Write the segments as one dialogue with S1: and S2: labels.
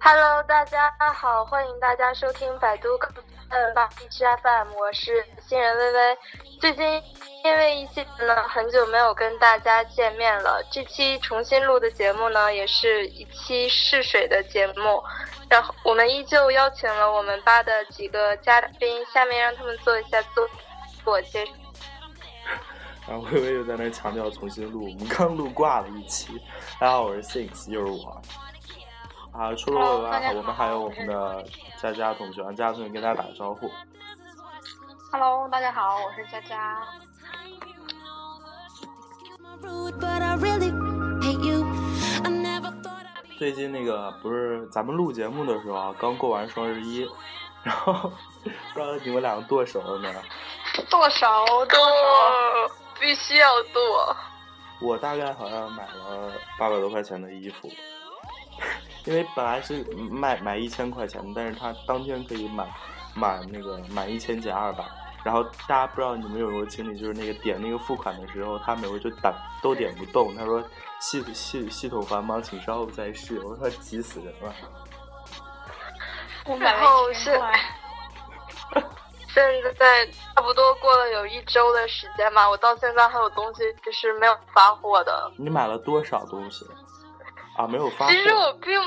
S1: Hello，大家好，欢迎大家收听百度嗯八一七 FM，我是新人微微。最近因为一期呢很久没有跟大家见面了，这期重新录的节目呢也是一期试水的节目，然后我们依旧邀请了我们吧的几个嘉宾，下面让他们做一下自我介绍。
S2: 然后微微又在那儿强调重新录，我们刚录挂了一期。大家好，我是 Six，又是我。啊，除了我以
S1: Hello，大家
S2: 外，
S1: 好
S2: 我们还有我们的佳佳同学，让佳佳同学跟大家打个招呼。
S1: Hello，大家好，我是佳佳。
S3: but I really hate you. I never thought I'd be
S2: 最近那个不是咱们录节目的时候啊，刚过完双十一，然后 不知道你们两个剁手了没有？
S1: 剁手，剁手，必须要剁。
S2: 我大概好像买了八百多块钱的衣服，因为本来是卖买一千块钱的，但是他当天可以满满那个满一千减二百。然后大家不知道你们有没有经历，就是那个点那个付款的时候，他每回就打都点不动，他说系系系统繁忙，请稍后再试。我说急死人了。
S4: 我买
S1: 然
S4: 了
S1: 后
S4: 一
S1: 是
S4: 千块，
S1: 现在差不多过了有一周的时间吧，我到现在还有东西就是没有发货的。
S2: 你买了多少东西？啊，没有发货。
S1: 其实我并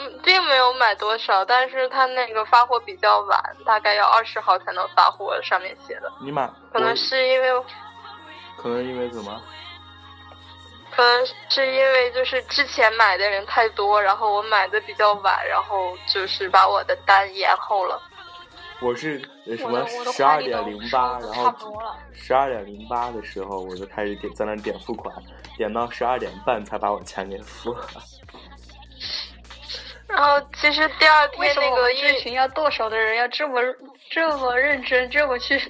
S1: 嗯并没有买多少，但是他那个发货比较晚，大概要二十号才能发货，上面写的。
S2: 你买
S1: 可能是因为
S2: 我可能因为怎么？
S1: 可能是因为就是之前买的人太多，然后我买的比较晚，然后就是把我的单延后了。
S2: 我是呃什
S4: 我
S2: 么
S4: 的我的
S2: 十二
S4: 快递
S2: 点
S4: 都
S2: 零八，
S4: 收
S2: 然
S4: 得
S2: 后
S4: 差不多了
S2: 十二点零八的时候我就开始点在那儿点付款，点到十二点半才把我钱给付了。
S1: 然后其实第二
S4: 为
S1: 天
S4: 什么
S1: 那
S4: 我
S1: 个
S4: 们
S1: 因
S4: 这
S1: 为
S4: 群要剁手的人要这么这么认真，这么去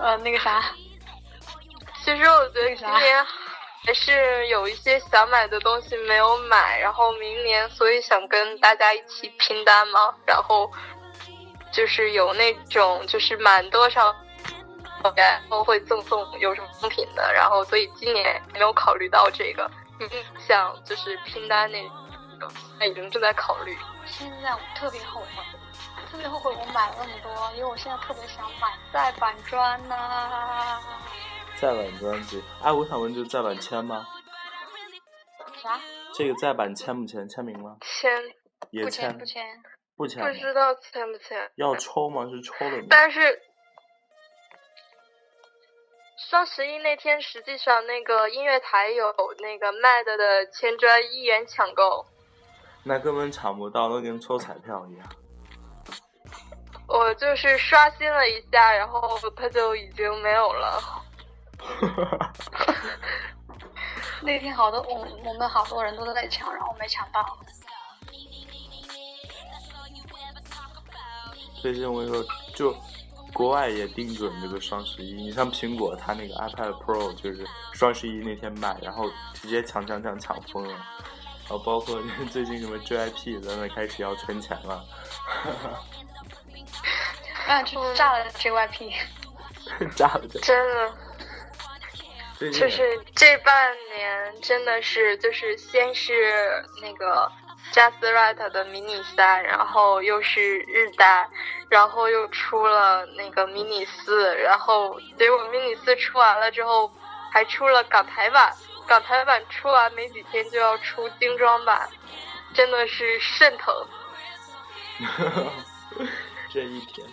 S4: 呃那个啥？
S1: 其实我觉得今年还是有一些想买的东西没有买，然后明年所以想跟大家一起拼单嘛，然后就是有那种就是满多少。然后会赠送有什么赠品的，然后所以今年没有考虑到这个，嗯想就是拼单那种，那已经正在考虑。
S4: 现在我特别后悔，特别后悔我买了那么多，因为我现在特别想买再版砖呐、
S2: 再版专辑，哎，我想问，就是再版签吗？
S4: 啥？
S2: 这个再版签不签？签名吗？
S1: 签
S2: 也
S4: 不签
S2: 签
S4: 不，签，
S2: 不签
S1: 不
S2: 吗，
S1: 知道签不签，
S2: 要抽吗？是抽的吗？
S1: 但是双十一那天，实际上那个音乐台有那个卖的的千专一元抢购，
S2: 那根本抢不到，那跟抽彩票一样。
S1: 我就是刷新了一下，然后它就已经没有了。
S4: 那天好多我我们好多人都在抢，然后没抢到。
S2: 最近我跟你说，就国外也定准这个双十一。你像苹果，它那个 iPad Pro 就是双十一那天卖，然后直接抢抢抢抢疯了。然后包括 就是最近什么 GIP 在那开始要圈钱了，
S4: 啊，就炸了 JYP，
S2: 炸了这！
S1: 真的，
S2: 最近
S1: 就
S2: 也
S1: 是这半年真的是，就是先是那个 Just Right 的迷你三，然后又是日单，然后又出了那个迷你四，然后结果迷你四出完了之后，还出了港台版，港台版出完没几天就要出精装版，真的是肾疼。
S2: 这一天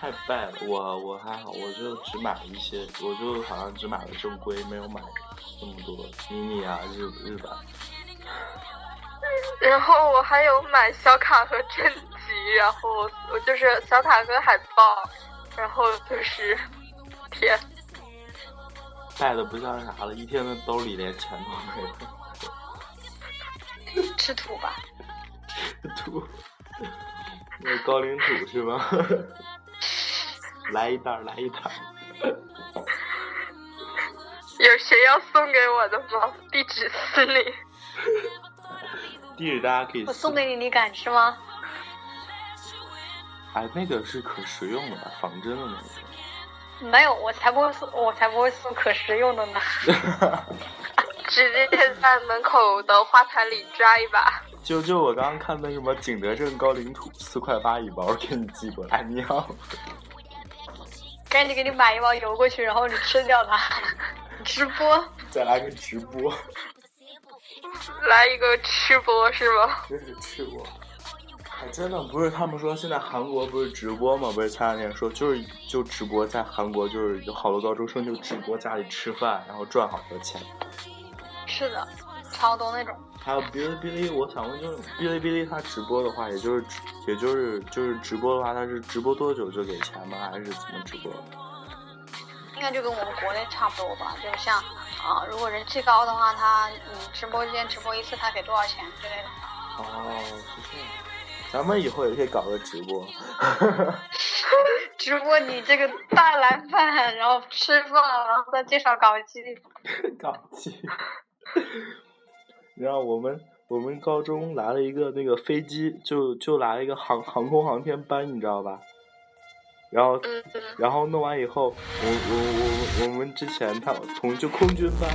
S2: 太败了。我我还好，我就只买了一些，我就好像只买了正规，没有买那么多迷你啊、日日版。
S1: 然后我还有买小卡和正极，然后我就是小卡和海报，然后就是 天，
S2: 败的不像啥了，一天的兜里连钱都没有。
S4: 吃土吧。
S2: 土，那高岭土是吗？来一袋儿，来一袋儿。
S1: 有谁要送给我的吗？地址私密。
S2: 地址大家可以
S4: 我送
S2: 私
S4: 给你，你敢吃吗？
S2: 哎，那个是可食用的吧？仿真的那个。
S4: 没有，我才不会送，我才不会送可食用的呢。
S1: 直接在门口的花坛里抓一把。
S2: 就就我刚刚看那什么景德镇高岭土四块八一包，给你寄过来，你要
S4: 赶紧给你买一包邮过去，然后你吃掉 它。直播，
S2: 再来个直播，
S1: 来一个吃播是吗？
S2: 真是吃播。哎，真的不是他们说现在韩国不是直播吗？不是前两天说就是就直播，在韩国就是有好多高中生就直播家里吃饭，然后赚好多钱。
S4: 是的，超多那种。
S2: 还有哔哩哔哩，我想问，就是哔哩哔哩它直播的话，也就是也就是就是直播的话，它是直播多久就给钱吗？还是怎么直播？
S4: 应该就跟我们国内差不多吧，就是像啊、如果人气高的话，他嗯直播间直播一次他给多少钱之类的。
S2: 哦，是这样。咱们以后也可以搞个直播，
S4: 直播你这个大篮饭，然后吃饭，然后再介绍搞基。
S2: 搞基。 然后我们我们高中来了一个那个飞机，就就来了一个航航空航天班，你知道吧？然后
S1: 嗯嗯
S2: 然后弄完以后，我我我我们之前他同就空军班，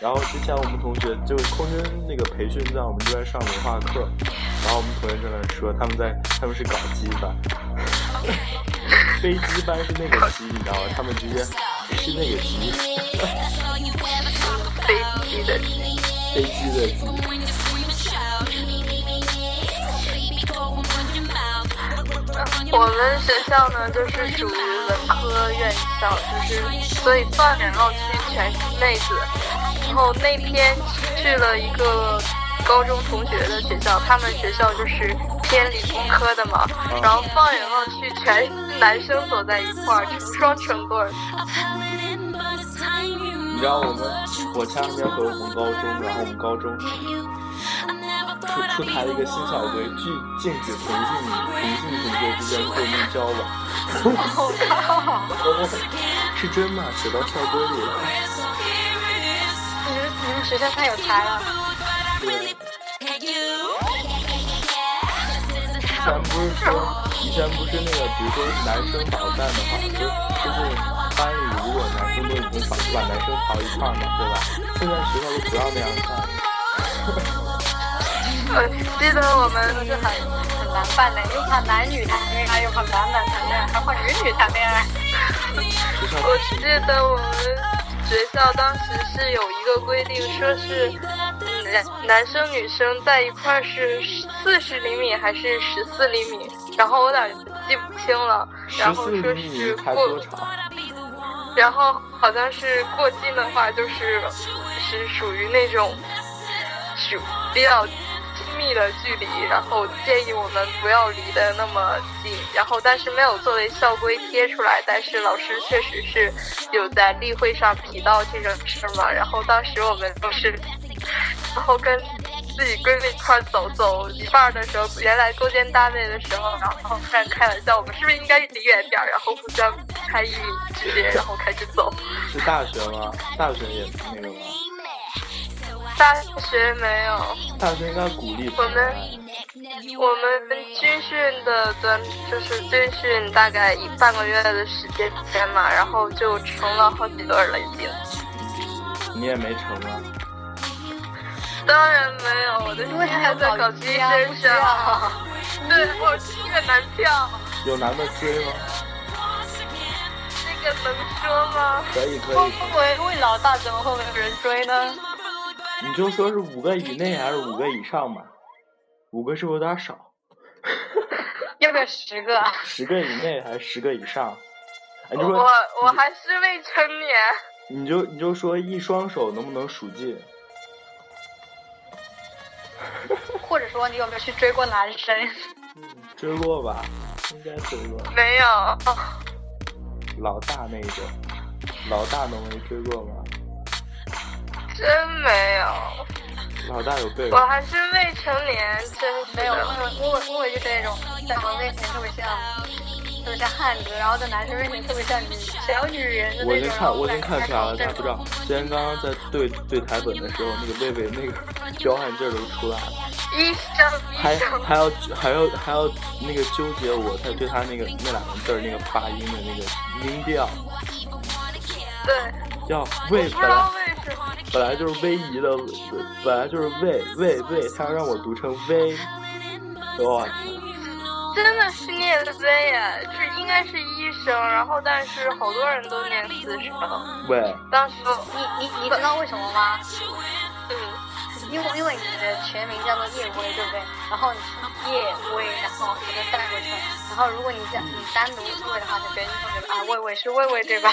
S2: 然后之前我们同学就是空军那个培训在我们这边上文化课，然后我们同学在那说他们在他们是搞基班， 飞机班是那个鸡，你知道吗？他们直接是那个鸡，
S1: 飞机的
S2: 飞机的鸡。
S1: 我们学校呢，就是属于文科院校，就是所以放眼望去全是妹子。然后那天去了一个高中同学的学校，他们学校就是偏理工科的嘛，然后放眼望去全是男生走在一块儿，成双成对儿。
S2: 你知道我们，我前两天回我们高中，然后我们高中出出台了一个新校规，禁禁止同性同性同学之间过密交往。我靠！是真的，写到校规里了。
S4: 你们你们学校太有才了，
S2: 对。以前不是说，以前不是那个，比如说男生捣蛋的话，就就是班里如果男生都已经把把男生淘一块儿嘛，对吧？现在学校都不让那样干了。
S1: 呃，记得我们呃
S4: 这很很难办的，又怕男女谈恋爱，又怕男男谈恋爱，还怕女女谈恋爱。
S2: 学校
S1: 我记得我们学校当时是有一个规定，说是男男生女生在一块儿是四十厘米还是十四厘米，然后我有点记不清了。然
S2: 十
S1: 后
S2: 四
S1: 说
S2: 厘米
S1: 是
S2: 才多
S1: 过，
S2: 长？
S1: 然后好像是过近的话，就是是属于那种属比较亲密的距离，然后建议我们不要离得那么近。然后但是没有作为校规贴出来，但是老师确实是有在例会上提到这种事嘛。然后当时我们就是，然后跟。自己闺蜜一块儿走走一半儿的时候，原来勾肩搭背的时候，然后突然开玩笑，我们是不是应该离远点儿，然后互相开一米之别，然后开始走。
S2: 是大学吗？大学也那个吗？
S1: 大学没有，
S2: 大学应该鼓励谈恋爱。
S1: 我们军训的短就是军训大概一半个月的时间前嘛，然后就成了好几对儿了已经。
S2: 你也没成啊？
S1: 当然没有，我的
S4: 因为
S1: 心
S4: 还有
S1: 还在搞基
S4: 搞基啊不
S1: 身
S4: 需要
S1: 上。对，我是越南票，
S2: 有男的追吗？
S1: 这个能说吗？
S2: 可以可
S4: 会
S2: 以，
S4: 不会为老大怎么会没有人追呢？
S2: 你就说是五个以内还是五个以上吧？五个是不是有点少？
S4: 要不要十个啊？
S2: 十个以内还是十个以上？哎，你就
S1: 我
S2: 说
S1: 我还是未成年，
S2: 你就你就说一双手能不能数尽？
S4: 或者说你有没有去追过男生？
S2: 追过吧，应该追过。
S1: 没有。
S2: 老大那一种，老大能没追过吗？
S1: 真没有，
S2: 老大有被
S1: 我还是未成年，真是
S4: 没有，
S1: 的。
S4: 我我我我就是那种在我面前特别像，特别像汉子，然后在男生面前特别像女小女人的
S2: 我
S4: 那种。
S2: 已经看，我已经看出来了，
S4: 他
S2: 他不知道。之前刚刚在对对台本的时候，那个魏魏那个彪悍劲儿都出来了，
S1: 医生，
S2: 还
S1: 医生，
S2: 还要还要还要那个纠结我，他对他那个那两个字儿那个发音的那个音调，
S1: 对，
S2: 要
S1: 我
S2: 魏
S1: 不知
S2: 本来
S1: 道为什么，
S2: 本来就是威仪的，本来就是魏魏魏，他要让我读成威，我天，
S1: 真的是念威呀，就是应该是医生，然后但是好多人都念四声。
S2: 喂，
S1: 当时，
S4: 你你你知道为什么吗？
S1: 嗯，
S4: 因为因为你的全名叫做叶薇，对不对？然后你是叶薇，然后你就带过去了。然后如果你这样你单独对的话，就别人就会觉得啊，魏魏是魏魏 对吧？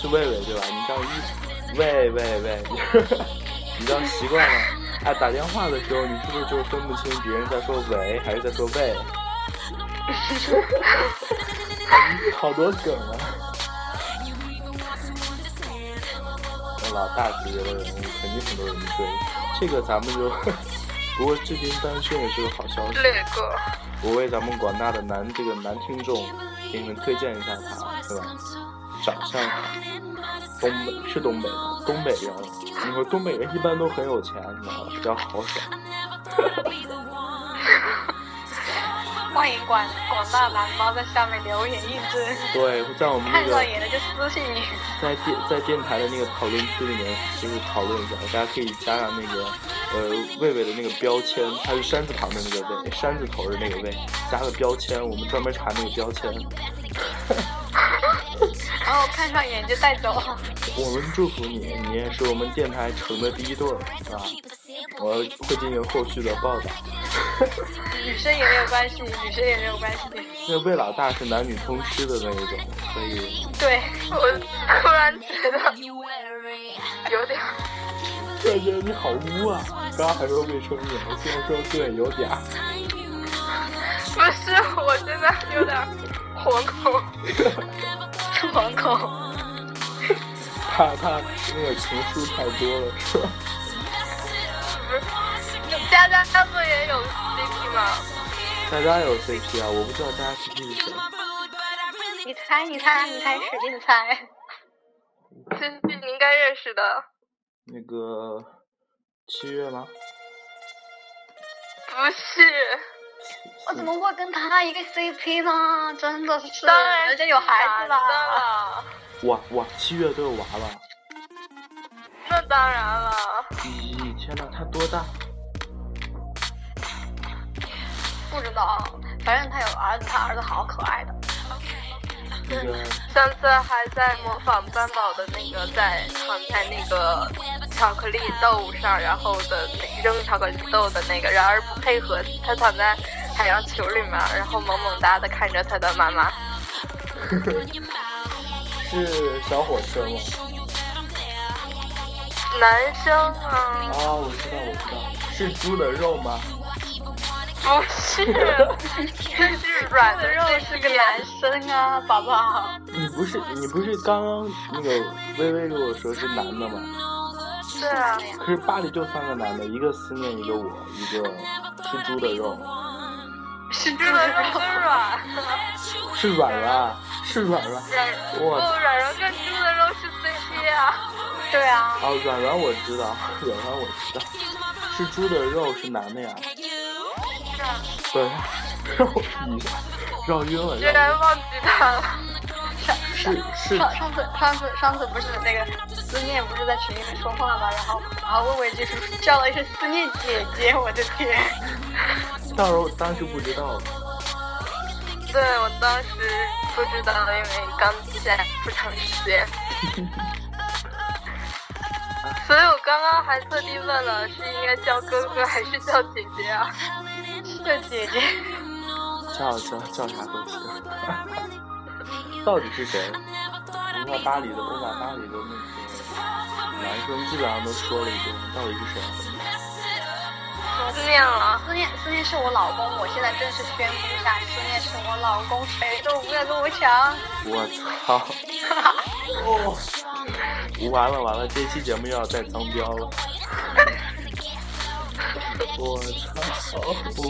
S2: 是魏魏对吧？你叫一，喂喂喂， 你这样习惯了。哎，打电话的时候，你是不是就分不清别人在说喂还是在说喂？好多梗啊！老大级别的人物，肯定很多人追。这个咱们就， 不过至今单身也是个好消息。
S1: 这个
S2: 我为咱们广大的男这个男听众给你们推荐一下他，对吧？长相东北是东北的，东北人。你说东北人一般都很有钱，你知道吧？比较豪爽。
S4: 欢迎广广大男包在下面留言一致，
S2: 对，会在我们那
S4: 看
S2: 个
S4: 到眼的就私信你。
S2: 在电在电台的那个讨论区里面，就是讨论一下，大家可以加上那个呃魏魏的那个标签，它是山字旁的那个魏，山字头的那个魏，加个标签，我们专门查那个标签。
S4: 然后看上眼就带走。
S2: 我们祝福你，你也是我们电台成的第一对儿，是吧？我会进行后续的报道。
S4: 女生也没有关系，女生也没有关系。
S2: 那魏老大是男女通吃的那一种，所以
S4: 对，
S1: 我突然觉得有点，
S2: 突然觉得你好污啊！刚刚还说未成年，现在说对有点儿。
S1: 不是，我真的有点活口。
S4: 黄狗。
S2: 怕怕那个情书太多了，是吧？
S1: 家家家不也有 CP 吗？
S2: 大家有 CP 啊？我不知道大家 CP 是谁。
S4: 你猜，你猜，你猜，使劲猜。
S1: 这是你应该认识的，
S2: 那个七月吗？
S1: 不是？
S4: 我怎么会跟他一个 CP 呢？真的是，
S1: 当然
S4: 人家有孩子
S1: 了
S4: 了。
S2: 哇哇，七月都有娃了！
S1: 那当然了，
S2: 咦，天哪，他多大？
S4: 不知道，反正他有儿子，他儿子好可爱的。
S2: 那个
S1: 上次还在模仿班宝的那个，在躺在那个巧克力豆上，然后的那扔巧克力豆的那个，然而不配合，他躺在海洋球里面，然后萌萌哒的看着他的妈妈。
S2: 是小火车吗？
S1: 男生啊，
S2: 啊，我知道，我知道，是猪的肉吗？
S1: 不是，这是软的
S4: 肉
S1: 肉
S4: 是个男生啊，宝宝。
S2: 你不是你不是刚刚那个微微跟我说是男的吗？
S1: 对啊，
S2: 可是吧里就三个男的，一个思念，一个我，一个是猪的肉，
S1: 是猪的肉更软，
S2: 是软软，是软软。
S1: 软
S2: 我
S1: 不软柔跟猪的肉是 CP 啊。
S4: 对啊，
S2: 哦，软软我知道， 软软我知道，是猪的肉是男的呀。对， 绕一下，绕晕了，
S1: 居然
S2: 绕
S1: 忘记他了。
S4: 上
S2: 晕了。是是
S4: 上上次上次上次不是那个思念不是在群里面说话吗？然后然后魏魏就是叫了一声思念姐姐，我的天！
S2: 到时候当时不知道，
S1: 对，我当时不知道，因为刚下来不长时 间，所以我刚刚还特地问了，是应该叫哥哥还是叫姐姐啊？
S4: 这姐姐
S2: 叫叫叫啥都行。到底是谁？文化巴黎的，我把巴黎的那个男生基本上都说了一遍，到底是谁？
S1: 思念了，
S4: 思念思念是我老公，我现在正式宣布一下，思念是我老公，谁都不要跟我抢。
S2: 我 操！哦，完了完了，这期节目又要带脏标 了。我操！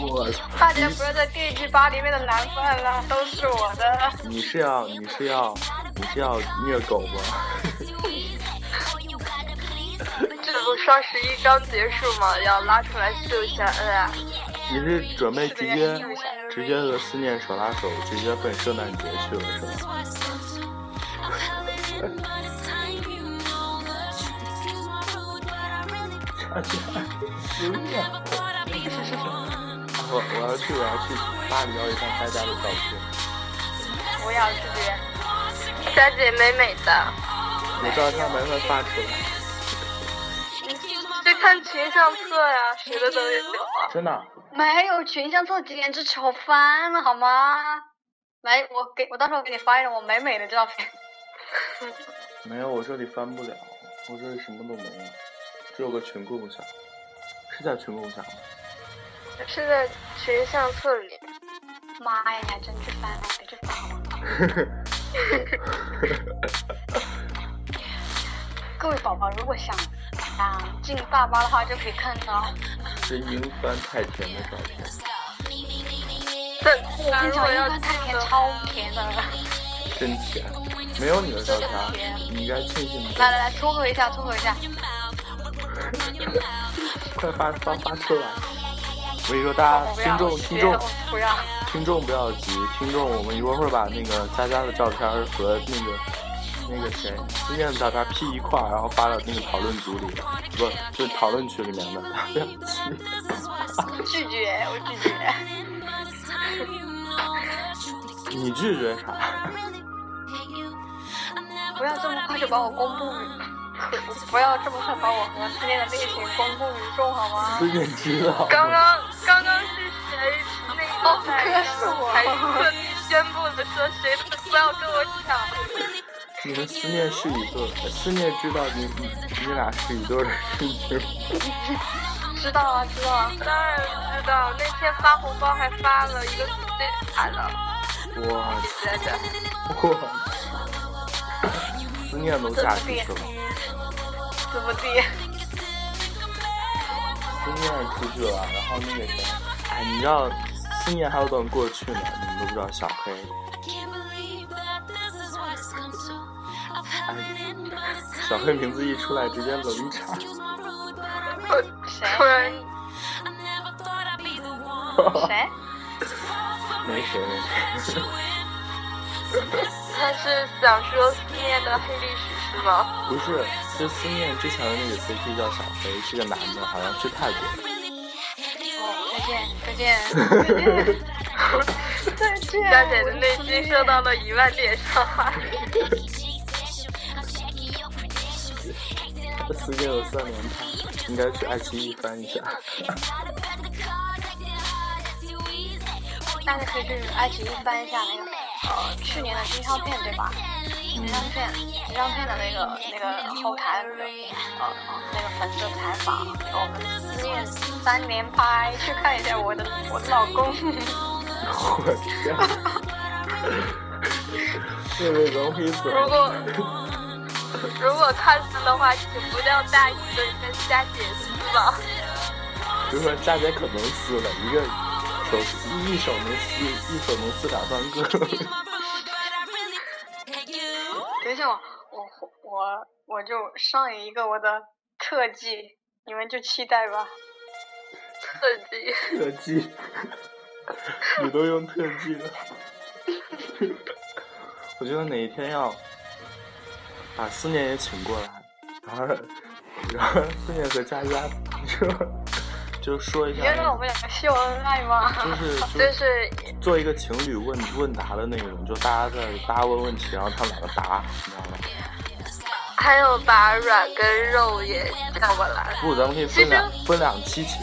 S2: 我操！
S4: 大家不要再惦记吧里面的男犯了，都是我的。
S2: 你是要你是要你是要虐狗吗？
S1: 这不双十一刚结束嘛，要拉出来秀一下恩啊！
S2: 你是准备直接
S4: 是的要虐一下
S2: 直接和思念手拉手，直接奔圣诞节去了是吗？ 大家，留念。我我要去，我要去巴黎要一张大家的照片。
S4: 我也要去这边。
S1: 佳姐美美的，
S2: 我照片慢慢发出来。
S1: 去看群相册呀，谁的都有啊。
S2: 真的，
S4: 没有群像做几点之丑翻了好吗？来，我给我到时候给你发一张我美美的照片。
S2: 没有，我这里翻不了，我这里什么都没有，只有个群共享，是叫群共享吗？
S1: 是在群相册里。
S4: 妈呀，你还真去翻了，别去翻好吗？各位宝宝，如果想想进爸妈的话，就可以看到
S2: 是英翻太甜的照片。
S1: 但
S4: 经
S1: 但如
S4: 常
S1: 果
S4: 一
S1: 要
S4: 般太
S1: 进
S4: 甜，
S1: 的
S4: 超甜的。
S2: 真甜，没有你的照片，啊你应该庆幸
S4: 来
S2: 的。
S4: 来来，撮合一下，撮合一下。
S2: 快发发发出来！我跟你说，大家
S4: 我不
S2: 听
S4: 要，
S2: 众听众
S4: 我不要。
S2: 听众不要急，听众我们一会儿把那个佳佳的照片和那个那个谁思念的照片 P 一块儿，然后发到那个讨论组里，不就是讨论区里面的， 不要急。
S4: 拒绝，我拒绝。
S2: 你拒绝啥？
S4: 不要这么快就把我公布于，不要这么快把我和思念的恋情公布于众好吗
S2: 思？念知道。
S1: 刚刚刚刚是谁那个
S4: 哦不可数
S1: 还特地宣布了说谁都不要跟我抢。
S2: 你们思念是一对儿，思念知道你你你俩是一对儿的事情。
S4: 知道啊，知道啊。
S1: 当然知道，那天发红包还发了一个组队卡呢，
S2: 哇
S1: 佳佳。
S2: 哇！思念都嫁出去了，
S4: 怎么地？
S2: 思念出去了，然后那个谁，哎，你知道思念还有段过去呢，你们都不知道小黑，小黑名字一出来直接冷场，
S4: 谁
S1: 突然
S4: 谁？
S2: 没谁没谁，
S1: 他是想说思念的黑历史是吗？
S2: 不是，是思念之前的那个 CP 叫小黑，是个男的，好像去泰国了。
S4: 哦，再见，再见，再见，再见。
S1: 佳姐的内心受到了一万点伤害。
S2: 四月有三连拍，应该去爱奇艺翻一下。
S4: 大家可以去爱奇艺翻一下那个呃去年的金唱片对吧？金唱片，金唱片的那个那个后台的那个呃那个粉丝采访，我们思念三连拍，去看一下我的我的老公。
S2: 我天！这位容黑子，
S1: 如果 如果看似的话，请不要大意的跟佳姐私吧。
S2: 就说佳姐可能撕了一个手，一手能撕，一手能撕两三个。
S4: 等一下我我我我就上演一个我的特技，你们就期待吧。
S1: 特技，
S2: 特技，你都用特技了。我觉得哪一天要把思念也请过来，然后然后思念和佳佳就就说一
S4: 你
S2: 下
S4: 要，让我们两个秀恩爱吗？
S2: 就是就
S1: 就是是
S2: 做一个情侣问问答的那种，就大家在大家问问题，然后他们两个答，你知道吗？
S1: 还有把软跟肉也叫过来。
S2: 不，咱们可以分两分两期 请。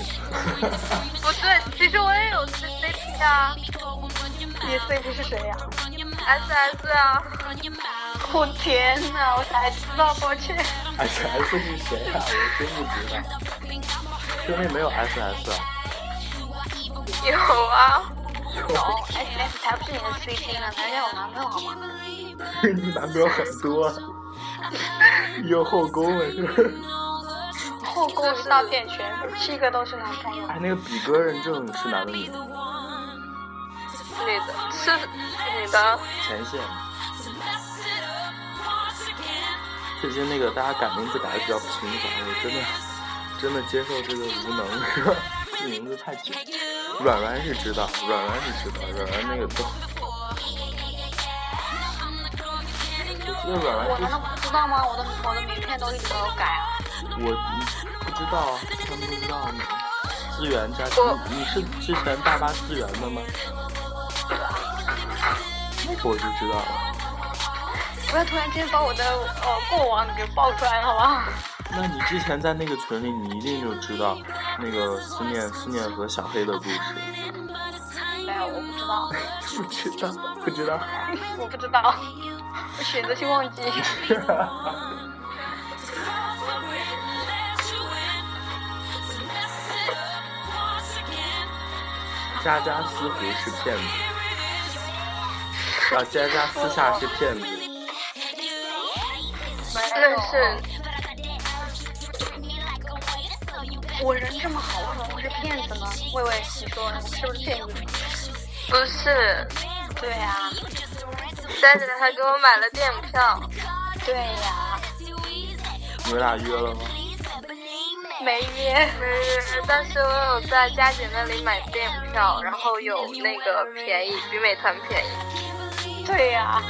S1: 不对，其实我也有 C CP 啊
S4: 你 CP 是谁呀、
S1: ，SS 啊，
S4: 我天哪，我才知道，抱歉。
S2: S S 哎是谁啊？我真不知道。圈内没有 S S 啊。
S1: 有啊，
S4: 有 S 哎 S 才不是你的 CP 呢，才是我男朋友好吗？
S2: 你男朋友很多，有后宫了是吧？
S4: 后宫一大片，全部七个都是男朋友。
S2: 哎，那个比哥认证 是男的女的？
S1: 女的，是女的，
S2: 前线。最近那个大家改名字改的比较频繁，我真的真的接受这个无能， 是吧？记名字太久。软软是知道，软软是知道，软软那个都。我觉得软
S4: 我
S2: 软
S4: 难道不知道吗？我的我的名片都一直没有改啊。
S2: 就是我不知知道，他们不知道你。资源家，
S1: 我
S2: 你你是之前大巴资源的吗？那个我就知道了。
S4: 不要突然间把我的呃过往给爆出来，好不好？
S2: 那你之前在那个群里，你一定就知道那个思念、思念和小黑的故事。
S4: 没有，我不知道，
S2: 不知道，不知道。
S4: 我不知道，我选择性忘记。
S2: 佳佳似乎是骗子，啊，佳佳私下是骗子。
S4: 没有
S1: 那是
S4: 我人这么好，为什么会是骗子呢？魏魏，你说你是不是骗子？
S1: 不是？
S4: 对啊呀、
S1: 佳姐还给我买了电影票，
S4: 对呀、
S2: 你们俩约了吗？
S4: 没约。
S1: 嗯，但是我有在佳姐那里买电影票，然后有那个便宜，比美团便宜。
S4: 对呀、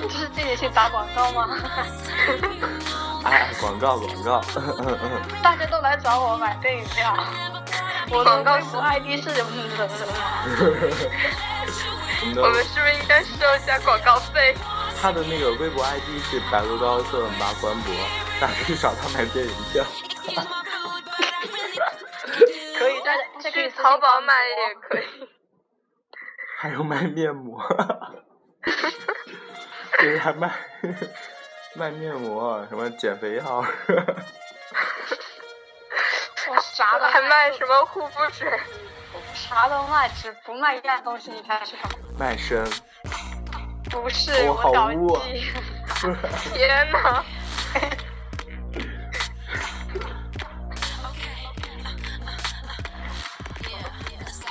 S4: 这是自己去打广告吗？
S2: 哎，广告广告，
S4: 大家都来找我买电影票，我的
S1: 广告
S4: 微博 ID 是什么什么什么？
S2: 你
S1: 我们
S2: 的
S1: 是不是应该收一下广告费？
S2: 他的那个微博 ID 是白鹿高色麻官博，大家可以找他买电影票。
S4: 可以，大家这可以
S1: 去
S4: 私信
S1: 淘宝
S4: 帮
S1: 买
S4: 我
S1: 也可以。
S2: 还有卖面膜，对，还卖卖面膜，什么减肥药，
S4: 我啥都
S1: 还卖什么护肤水？
S4: 啥都卖，只不卖一样东西。你看是什么？
S2: 卖身，
S4: 不是
S2: 哦
S4: 我
S2: 好
S4: 搞
S2: 污啊
S4: 基，
S1: 天哪！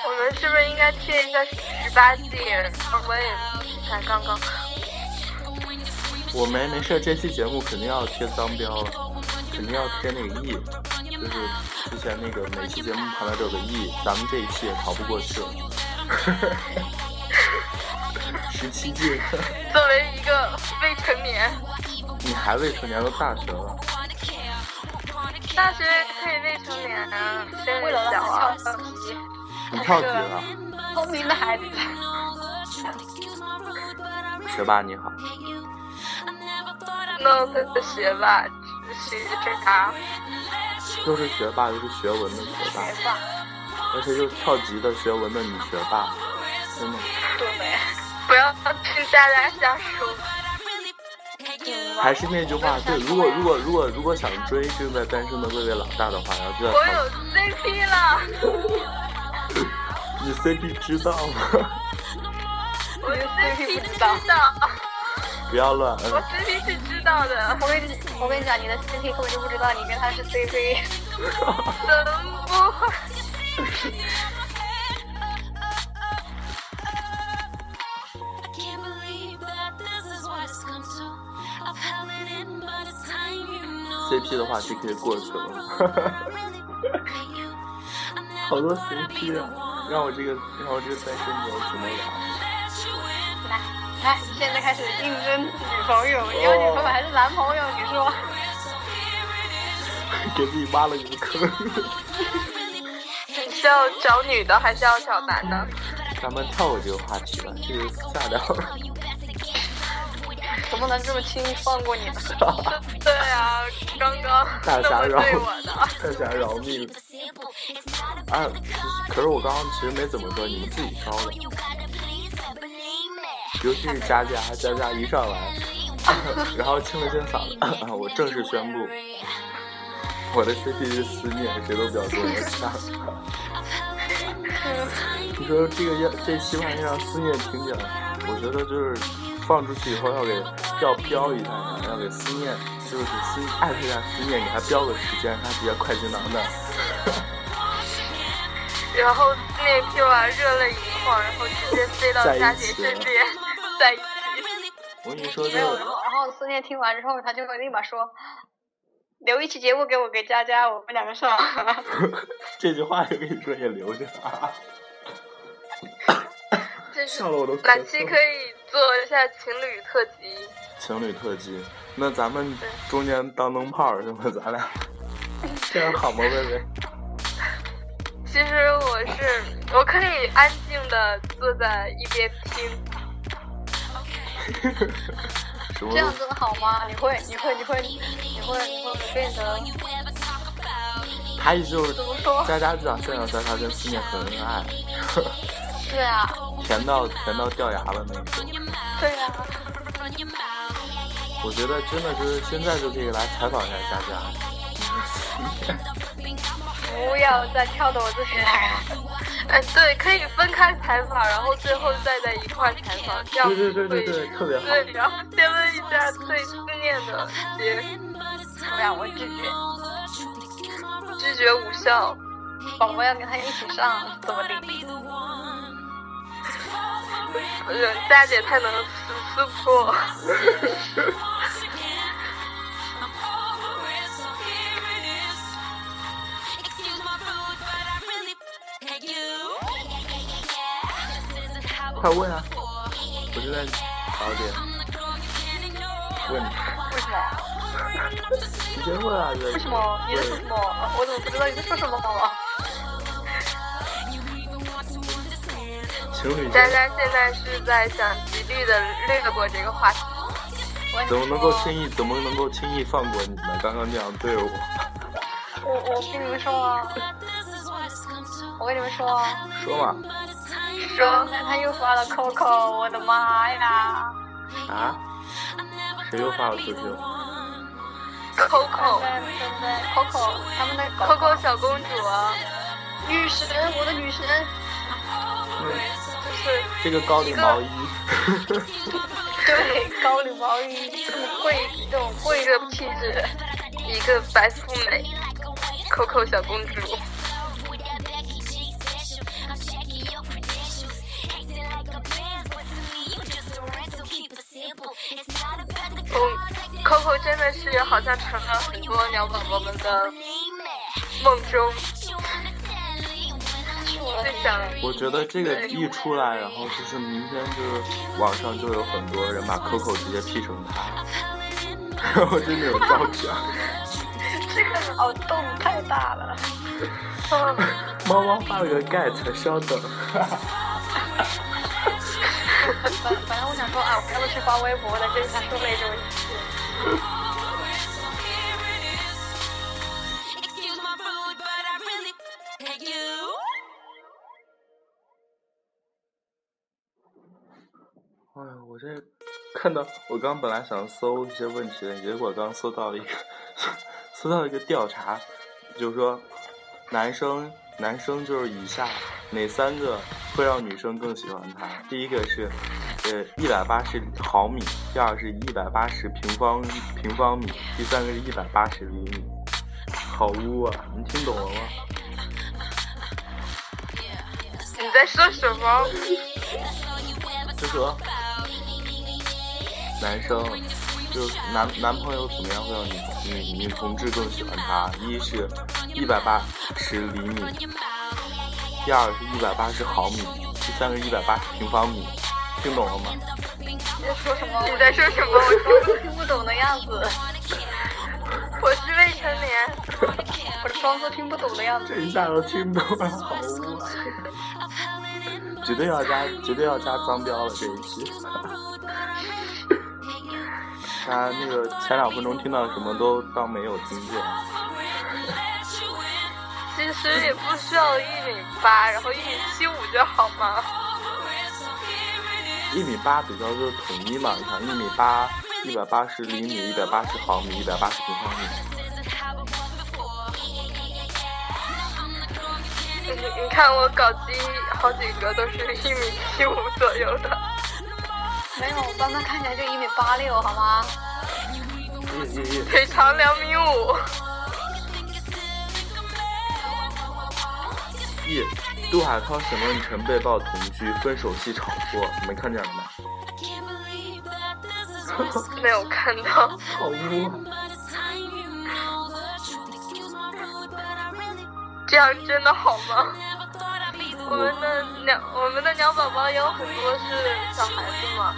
S1: 我们是不是应该贴一下十八禁？我也才刚刚。
S2: 我没没事，这期节目肯定要贴脏标了，肯定要贴那个 E，就是之前那个每期节目旁边都有个 E，咱们这一期也逃不过去了。十七禁，
S1: 作为一个未成年，
S2: 你还未成年都大学了，
S1: 大学可以未成年啊，真
S4: 为了
S1: 小
S4: 让
S1: 啊
S4: 他。跳跳级，
S2: 你跳级了？
S4: 聪明的孩子。
S2: 学霸你好，
S1: 那他的学霸，是这啥？
S2: 又是学霸又是学文的学霸。
S4: 学霸，
S2: 而且又跳级的学文的女学霸，真的
S4: 对，
S1: 不要听大家瞎说。
S2: 还是那句话，对，如果如果如果如果想追正在单身的各位老大的话，然后就要
S1: 我
S2: 跳
S1: 有 CP 了，
S2: 级。你 CP 知道吗？
S1: 我
S4: 你的 CP 不知
S1: 知
S4: 道。
S1: 道，
S2: 不要乱
S1: 我
S2: 摁，
S1: CP 是知道的。
S4: 我跟你，我跟你讲，你的 CP 根本就不知道你跟他是 CP。
S1: 怎么不会？
S3: Can't believe that this is what it's come to. I've held it in by the time you know.
S2: CP 的话就可以过去了。 好多 CP 啊，让我这个让我这个单身狗怎么聊？
S4: 来，来，现在开始应征女 朋友，你要女朋友还是男朋友？你说，
S2: 哦给自己挖了一个坑。
S1: 你是要找女的还是要找男的？
S2: 咱们跳过这个话题吧，这个下聊。
S4: 怎么能这么轻易放过你呢？
S1: 对啊，刚刚
S2: 大
S1: 那
S2: 侠
S1: 么
S2: 饶
S1: 对我的，
S2: 大侠饶命！啊，可是我刚刚其实没怎么说，你们自己挑的。尤其是佳佳，佳佳一上来， 然后清了清嗓 子，我正式宣布，我的 CP 是思念，谁都不要跟我抢。你说这个要这期万一让思念听见了，我觉得就是放出去以后要给要标一下，要给思念，就是思艾特一下思念，给他标个时间，让他比较快进囊的。
S1: 然后那批娃热泪盈眶，然后直接飞到
S2: 在一
S1: 佳姐
S2: 起
S1: 身边，在一起。
S2: 我跟你说，这
S4: 没有，
S2: 个
S4: 然后然后思念听完之后，他就会立马说：“留一期节目给我给佳佳，我们两个上。
S2: 这句话也跟你说也留着啊，
S1: 这是
S2: 笑了我都咳嗽。
S1: 哪期可以做一下情侣特辑？
S2: 情侣特辑，那咱们中间当灯泡儿是吧？咱俩这样好吗，薇薇？
S1: 其实我是我可以安静的坐在一边听，
S2: 什么
S4: 这样真的好吗？你会，你会，你会，你会，你会变得
S2: 他一直有
S4: 怎么说？
S2: 佳佳就想炫耀佳佳跟思念很恩爱，
S4: 对啊，
S2: 甜到甜到掉牙了那种。
S4: 对啊，
S2: 我觉得真的就是现在就可以来采访一下佳佳。
S4: 不要再跳到我这里来了。
S1: 哎，对，可以分开采访，然后最后再在一块儿采访，这样
S2: 对对对对
S1: 会
S2: 对，特别好。
S1: 对，然后先问一下对思念的些
S4: 不然我拒绝，
S1: 拒绝无效，
S4: 宝宝要跟他一起上，怎么地？
S1: 嗯，佳姐太能撕撕破。
S2: 快问啊！我就在早点问你，
S4: 为什么？
S2: 你先问啊！为
S4: 为什么？你在说什么？我怎么不知道你在说什么？
S2: 情侣
S1: 佳
S2: 间
S1: 佳现在是在想极力的略过这个话题，
S4: 我
S2: 怎么能够轻易怎么能够轻易放过你呢？刚刚那样对我，
S4: 我我跟你们说啊，我跟你们说啊，
S2: 说嘛
S1: 说
S4: 那他又发了 Coco，我的妈呀！
S2: 啊？谁又发了 QQ？
S1: Coco
S4: 对对对，Coco 他们的
S1: Coco 小公主啊，
S4: 女神，我的女神，
S1: 就是
S2: 这个高领毛衣，
S4: 对，高领毛衣，这么贵，这种贵
S1: 一个气质，一个白富美，Coco 小公主。嗯，Coco 真的是好像成了很多鸟宝宝们的梦中最想
S2: 我觉得这个一出来，然后就是明天就是网上就有很多人把 Coco 直接 P 成他， 然后真的有照片儿。
S4: 这个脑洞太大了。
S2: 猫猫发了个 get，稍等。
S4: 反反正我想说啊，我要不去发微博的，结果他说了一句我一次。
S2: 哎呀，我这看到我刚本来想搜一些问题的，结果刚搜到了一个， 搜到一个调查，就是说男生男生就是以下哪三个会让女生更喜欢他？第一个是呃一百八十毫米，第二是一百八十平方平方米，第三个是一百八十厘米。好污啊！你听懂了吗？
S1: 你在说什么？
S2: 就说男生，就是男男朋友怎么样会让女女女同志更喜欢他？一是一百八十厘米，第二是一百八十毫米，第三个一百八十平方米，听懂了吗？
S4: 你在说什么？
S1: 你在说什么？我说
S4: 我听不懂的样子，
S1: 我是未成年。
S4: 我的双子听不懂的样子。
S2: 这一下都听懂了，好污啊！ 绝对要加，绝对要加脏标了这一期。 他那个前两分钟听到什么都当没有听见。
S1: 其实也不需要一米八，然后一米七五就好吗？
S2: 一米八比较就是统一嘛，你想一米八，一百八十厘米，一百八十毫米，一百八十平方米，
S1: 你你看我搞基好几个都是一米七五左右的，
S4: 没有，我刚刚看起来就一米八六，好吗？
S2: 耶耶耶！
S1: 腿长两米五，
S2: 一，杜海涛沈梦辰被曝同居，分手戏炒作，你们看见了吗？
S1: 没有看到。
S2: 好污！啊
S1: 这样真的好吗？我们的鸟，我们的鸟宝宝有很多是小孩子嘛，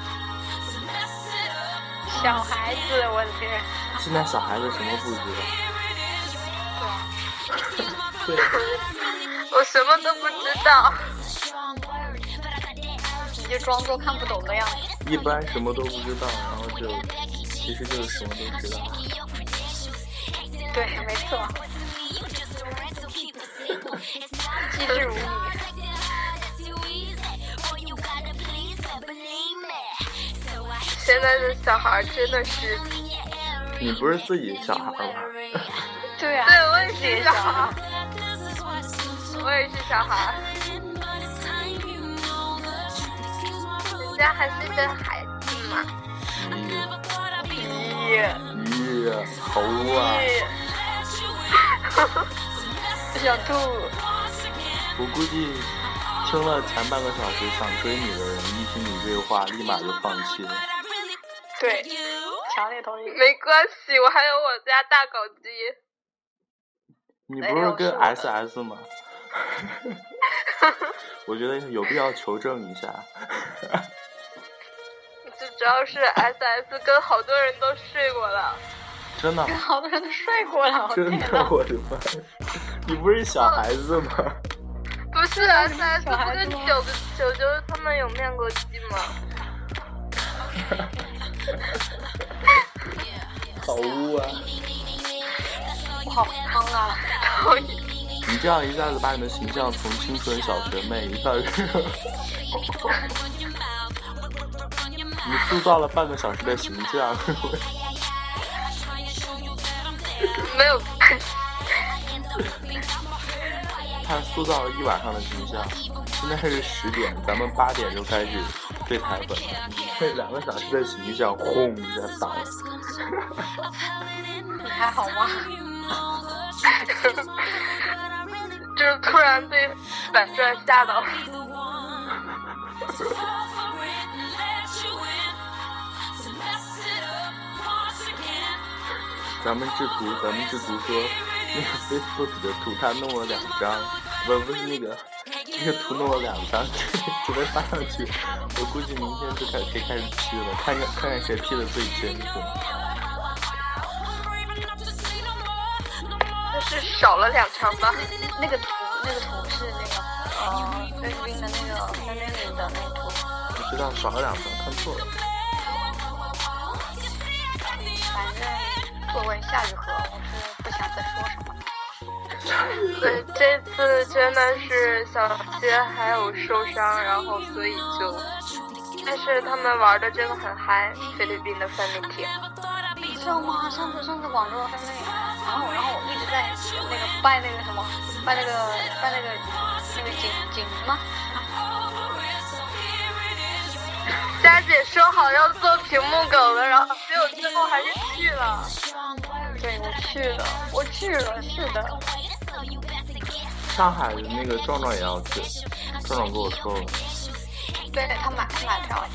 S4: 小孩子，我的天！
S2: 现在小孩子什么不知道？对，
S1: 我什么都不知道。
S4: 你就装作看不懂的样子。
S2: 一般什么都不知道，然后就其实就是什么都知道。
S4: 对，没错。机智无比。
S1: 现在的小孩真的是，
S2: 你不是自己小孩吗？
S4: 对啊。
S1: 对我也
S4: 自己
S1: 是
S4: 小
S1: 小
S4: 孩
S1: 孩，我也是小孩，人家还是个孩子嘛。
S2: 咦
S4: 咦，
S2: 咦，好啊！
S4: 不想吐。
S2: 我估计听了前半个小时想追你的人，一听你这话，立马就放弃了。
S4: 对，强烈同意。
S1: 没关系，我还有我家大狗鸡，
S2: 你不是跟 SS 吗？ 我觉得有必要求证一下。
S1: 就主要是 SS 跟好多人都睡过了。
S2: 真的，
S4: 好多人都睡过了，我
S2: 真
S4: 天
S2: 的
S4: 呐，
S2: 我的妈！你不是小孩子吗？
S1: 不是 SS 不是九个九九他们有面过鸡吗？
S2: 好污啊！
S4: 我好康啊！
S1: 讨厌，
S2: 你这样一下子把你的形象从清纯小学妹一下子， 你塑造了半个小时的形象。
S1: 没有关系。
S2: 他塑造了一晚上的形象。现在是十点，咱们八点就开始对台本了。你这两个小时的形象，轰一下倒了。
S4: 你还好吗？
S1: 就是突然被反转吓到了。
S2: 咱们制图，咱们制图说，那个 Facebook 的图他弄了两张，不不是那个那个图弄了两张， 准备发上去。我估计明天就开可以开始 P 了，看看看看谁 P 的最真实。
S1: 就是少了两场吧。
S4: 那个图，那个图是那个呃菲律宾的那个菲律宾的那个图，
S2: 不知道少了两张，看错了。
S4: 反正作为夏雨荷，我是不想再说什么了。
S1: 对，这次真的是小杰还有受伤，然后所以就，但是他们玩的真的很嗨，菲律宾的 Family Team。
S4: 你知道吗？上次上次广州的分类，然后然后我一直在那个拜那个什么，拜那个拜那个那个景景吗？
S1: 佳姐说好要做屏幕狗了，然后结果最后还是去了。
S4: 对，我去了，我去了，是的。
S2: 上海的那个壮壮也要去，壮壮跟我说了。
S4: 对他买他买票了。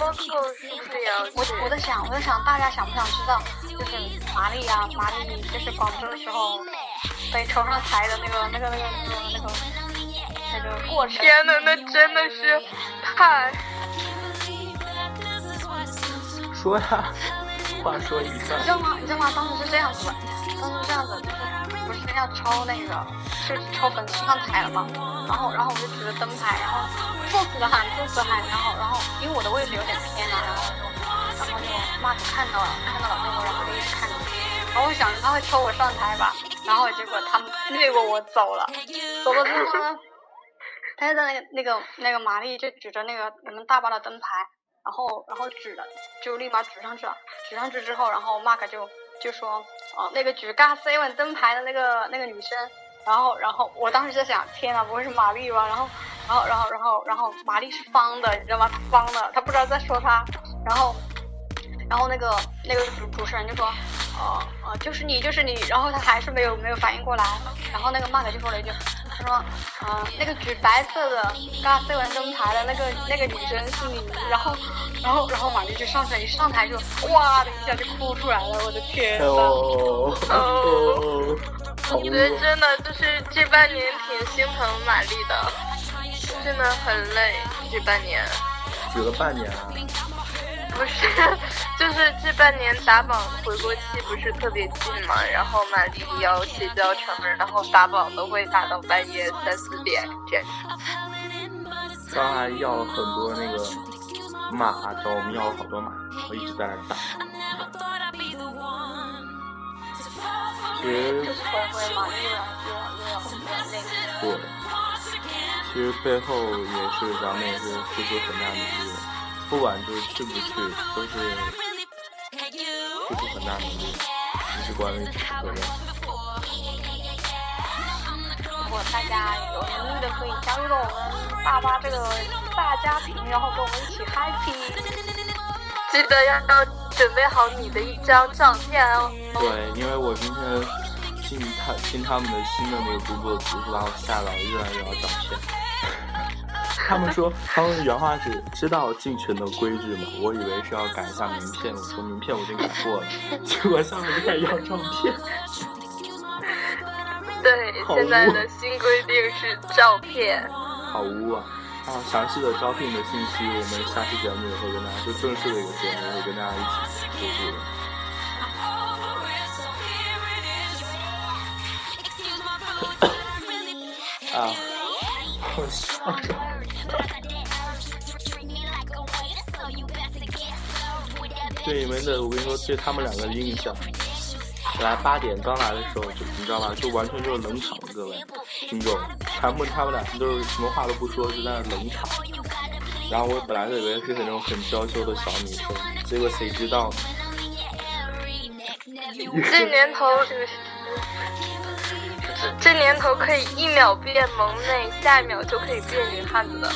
S1: 猫狗是不是也要
S4: 我
S1: 去？
S4: 我在想，我在想大家想不想知道，就是玛丽啊，玛丽就是广州的时候被抽上台的那个那个那个那个那个那个过程。
S1: 天呐，那真的是太……
S2: 说呀，话说一
S4: 你知
S2: 半。
S4: 道吗？你知道吗？当时是这样子的，当时是这样子，就是不是要抽那个，是抽粉丝上台了嘛？然后，然后我就举着灯牌，然后作死的喊，作死的喊，然后，然后因为我的位置有点偏啊，然后就，然后就骂看到了，看到了之后，然后就一直看着，然后我想着他会抽我上台吧，然后结果他掠过我走了，走了之后呢，他就在那个那个那个玛丽就举着那个我们大巴的灯牌，然后然后举了，就立马举上去了。举上去之后，然后 Mark 就就说，哦，那个举 g a s e v e n 灯牌的那个那个女生，然后然后我当时在想，天呐，不会是玛丽吧？然后然后然后然后然后玛丽是方的，你知道吗？她方的，她不知道在说她，然后然后那个那个主主持人就说，哦、呃、就是你就是你，然后他还是没有没有反应过来，然后那个 Mark 就说了一句。他说，嗯、那个举白色的 g a s e v e n 灯牌的那个那个女生是你，然后，然后，然后玛丽就上去，一上台就哇的一下就哭出来了，我的天呐！
S2: 哦哦，好
S1: 我
S2: 污
S1: 觉得真的就是这半年挺心疼玛丽的，真的很累这半年。
S2: 举了半年啊。
S1: 不是，就是这半年打榜回国期不是特别近嘛，然后玛丽要写教程，然后打榜都会打到半夜三四点这样。
S2: 刚还要很多那个马，找我们要好多马，我一直在那儿打。其实
S4: 就是回回嘛，又要又要又要那个，
S2: 对，其实背后也是咱们也是付出很大努力的，不管就是去不去，都是付出很大努力，不是关于主责任。
S4: 如果大家有能力的可以加入到我们大巴这个大家庭，然后跟我们一起 happy。
S1: 记得要要准备好你的一张照片哦。
S2: 对，因为我今天进他进他们的新的那个读博的读库，把我吓到，越来越要照片。他们说，他们原话是知道进群的规矩嘛，我以为是要改一下名片，我说名片我已经改过了， 结果下面就开始要照片。
S1: 对，
S2: 好
S1: 现在
S2: 污
S1: 的新规定是照片。
S2: 好污啊！啊，详细的招聘的信息，我们下期节目也会跟大家，就正式的一个节目会跟大家一起就是啊，我笑着。对你们的，我跟你说，对他们两个的印象，来八点刚来的时候就你知道吧，就完全就是冷场，各位听众，全部他们俩都是什么话都不说，就在那冷场。然后我本来以为是那种很娇羞的小女生，结果谁知道
S1: 这年头，这这年头可以一秒变萌妹，下一秒就可以变女汉子了。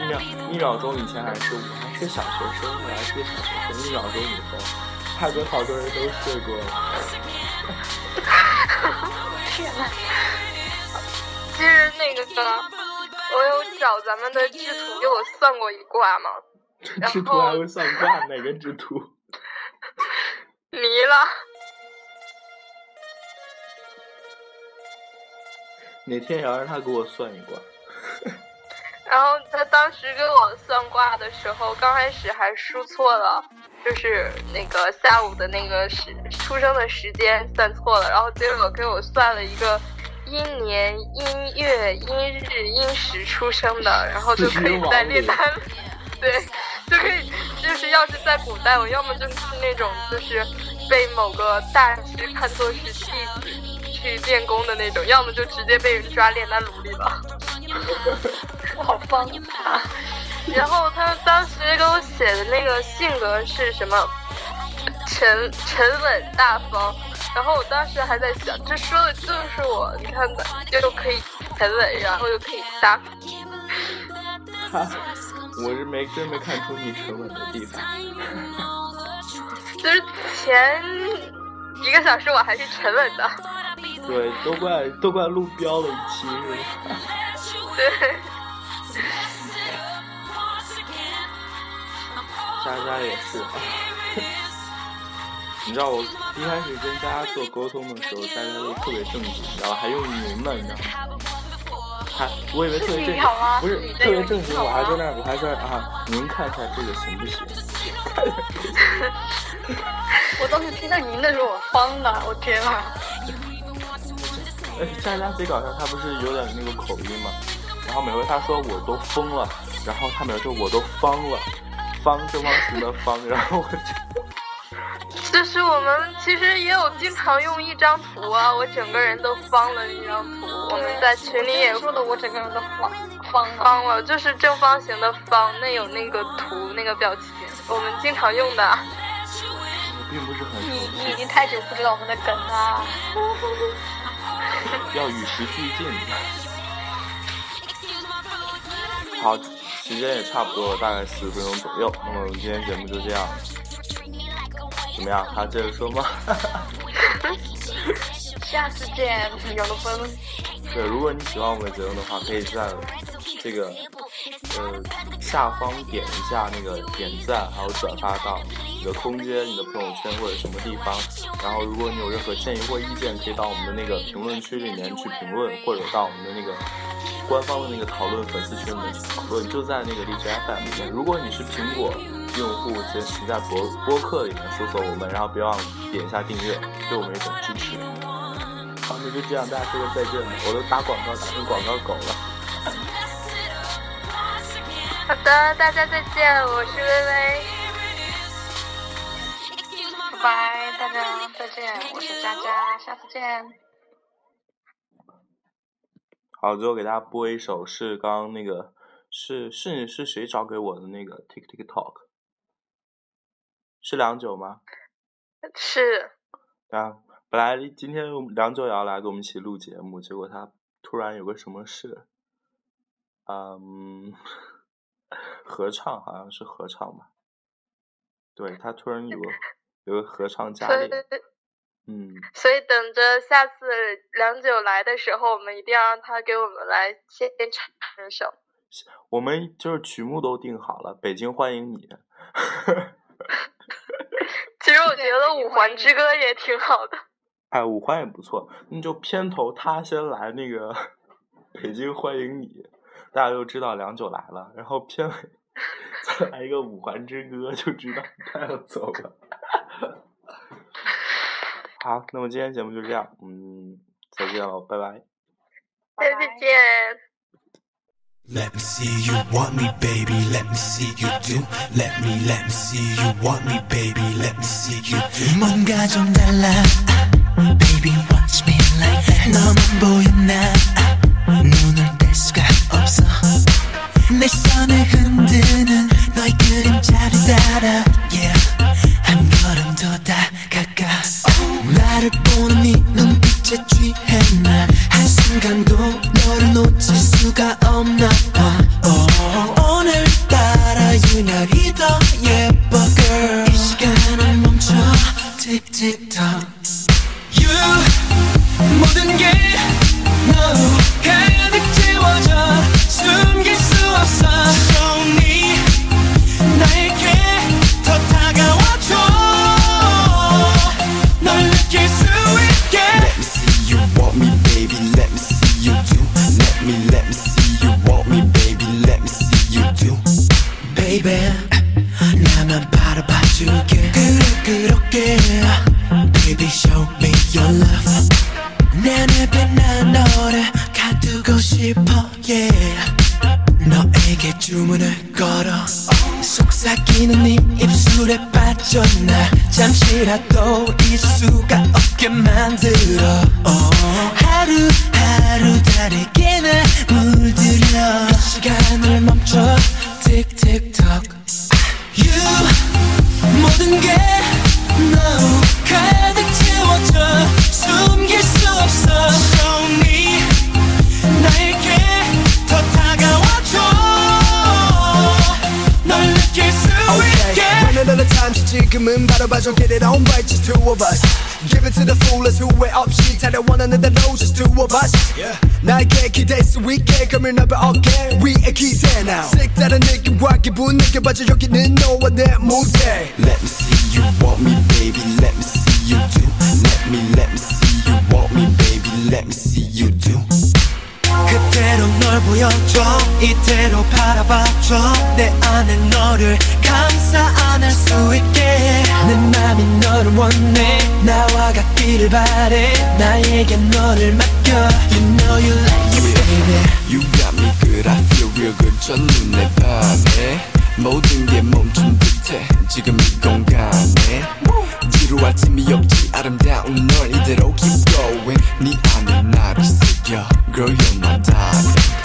S2: 一秒一秒钟以前还是我还是个小学生，我还是个小学生，一秒钟以后，他跟好多人都睡过了。
S1: 其实那个我有找咱们的制图给我算过一卦嘛，
S2: 这
S1: 然
S2: 制图
S1: 后
S2: 还会算卦，哪个制图？
S1: 迷了。
S2: 哪天也要让他给我算一卦。
S1: 然后他当时给我算卦的时候，刚开始还输错了，就是那个下午的那个时出生的时间算错了，然后结果给我算了一个阴年、阴月、阴日、阴时出生的，然后就可以在列单， 对，就可以就是要是在古代，我要么就是那种就是被某个大师看作是弟子去练功的那种，要么就直接被人抓炼丹炉里了。
S4: 我好方法，
S1: 然后他当时给我写的那个性格是什么？沉沉稳大方。然后我当时还在想，这说的就是我。你看吧，又可以沉稳，然后又可以大方。
S2: 哈，我是没真没看出你沉稳的地方。
S1: 就是前一个小时我还是沉稳的，
S2: 对，都怪都怪路标了一期是吧？
S1: 对。
S2: 渣渣也是。啊 你知道我一开始跟大家做沟通的时候，大家都特别正经，然后还用您呢，你知道吗？还我以为特别正
S4: 你
S2: 经
S4: 好啊，
S2: 不是
S4: 你在
S2: 特别
S4: 用
S2: 正
S4: 你
S2: 经，
S4: 好
S2: 我还
S4: 啊
S2: 在那儿，我还在那儿啊，您看一下这个行不行？
S4: 我当时听到您的时候我慌了，我天呐，
S2: 而且佳佳贼搞笑，她不是有点那个口音嘛，然后每回她说我都疯了，然后她每回说我都方了，方正方形的方，然后我就
S1: 就是我们其实也有经常用一张图啊，我整个人都方了一张图。我们在群里也
S4: 说的我整个人都慌慌了。
S1: 方了，就是正方形的方，那有那个图那个表情，我们经常用的。啊
S2: 并不是很
S4: 你
S2: 熟
S4: 你已
S2: 悉，
S4: 经太久不知道我们的梗啊啦，
S2: 要与时俱进。好，时间也差不多了，大概十分钟左右。那么今天节目就这样，怎么样？还要接着说吗？
S4: 下次见，有了分。
S2: 对，如果你喜欢我们的节目的话，可以在这个呃下方点一下那个点赞，还有转发到你的空间、你的朋友圈或者什么地方。然后，如果你有任何建议或意见，可以到我们的那个评论区里面去评论，或者到我们的那个官方的那个讨论粉丝群里面讨论，就在那个荔枝 FM 里面。如果你是苹果用户，请请在博播客里面搜索我们，然后别忘了点一下订阅，对我们一种支持。好，那就这样，大家说个再见吧。我都打广告打成广告狗了，
S1: 好的，大家再见，我是薇薇。
S4: 拜拜，大家再见，我是佳佳，下次见。
S2: 好，最后给大家播一首是刚刚那个是是是谁找给我的那个 Tik Tik Tok，是良久吗？
S1: 是，
S2: 啊，本来今天梁九也要来跟我们一起录节目，结果他突然有个什么事，嗯， 合唱好像是合唱吧，对他突然有个有个合唱家
S1: 所
S2: 里
S1: 以，
S2: 嗯，
S1: 所以等着下次梁九来的时候，我们一定要让他给我们来现场一首。
S2: 我们就是曲目都定好了，《北京欢迎你》，
S1: 其实我
S4: 对
S1: 觉得《
S4: 欢迎
S1: 五环之歌》也挺好的。
S2: 哎，五环也不错，那就片头他先来那个 《北京欢迎你》，大家就知道梁九来了，然后片尾 再来一个《五环之歌》，就知道他要走了。 好，那么今天节目就这样，嗯，再见了，拜拜。
S1: 下
S4: 拜拜
S1: 次见。
S5: Let me see you want me, baby. Let me see you do. Let me, let me see you want me, baby. Let me see you do. 뭔가 좀 달라, ah, baby. Watch me like that. 너만 보였나? ah, 눈을 뗄 수가 없어. 내 손을 흔드는 너의 그림자를 따라, yeah. 한 걸음 더 다가가. 나를 보는 네 눈빛에 취해 난 한순간도 너를 놓칠 수가 없나 봐 oh, 오늘따라 유난히 더 예뻐 girl 이 시간은 멈춰 틱틱톡 You 모든 게 너로 가득 채워져 숨길 수 없어 Show me 나에게 더 다가와줘 널 느낄 수 있게 Let me see you want me baby Let me see you do Let me let me see you want me baby Let me see you do Baby 나만 바라봐줄게 그래 그렇게 Baby show me your love 내 안에 빛난 너를 가두고 싶어 yeah 너에게 주문을 걸어 속삭이는 네 입술에 빠져 나 잠시라도 잊을 수가 없게 만들어 oh. 하루하루 다르게 나 물들여 그 시간을 멈춰 틱틱톡 You 모든 게 너로 가득 채워져 숨길 수 없어 Show me 나에게 더 다가와줘 널 느낄 수 있게
S6: When another time she 지금은 바로 봐줘 Get it on right just two of us Give it to the foolers who wear up shit I don't want another no just two of us 나에게 기댈 수 있게 Coming up again 위에 기대 now 색다른 느낌과 기분 느껴봐줘 여기는 너와 내 무대
S5: Let me see you want me baby Let me see you do Let me let me see you want me baby Let me see you do 그대로 널 보여줘 이대로 바라봐줘 내 안에 너를 감싸 안을 수 있게 내 맘이 너를 원해 나와 같기를 바래 나에게 너를 맡겨 You know you like it baby
S7: You got me good, I feel real good 첫눈에 반해 모든 게 멈춘 듯해 지금 이 공간에 지루할 틈이 없지 아름다운 널 이대로 keep going 네 안에 나를 새겨 Girl you're my darling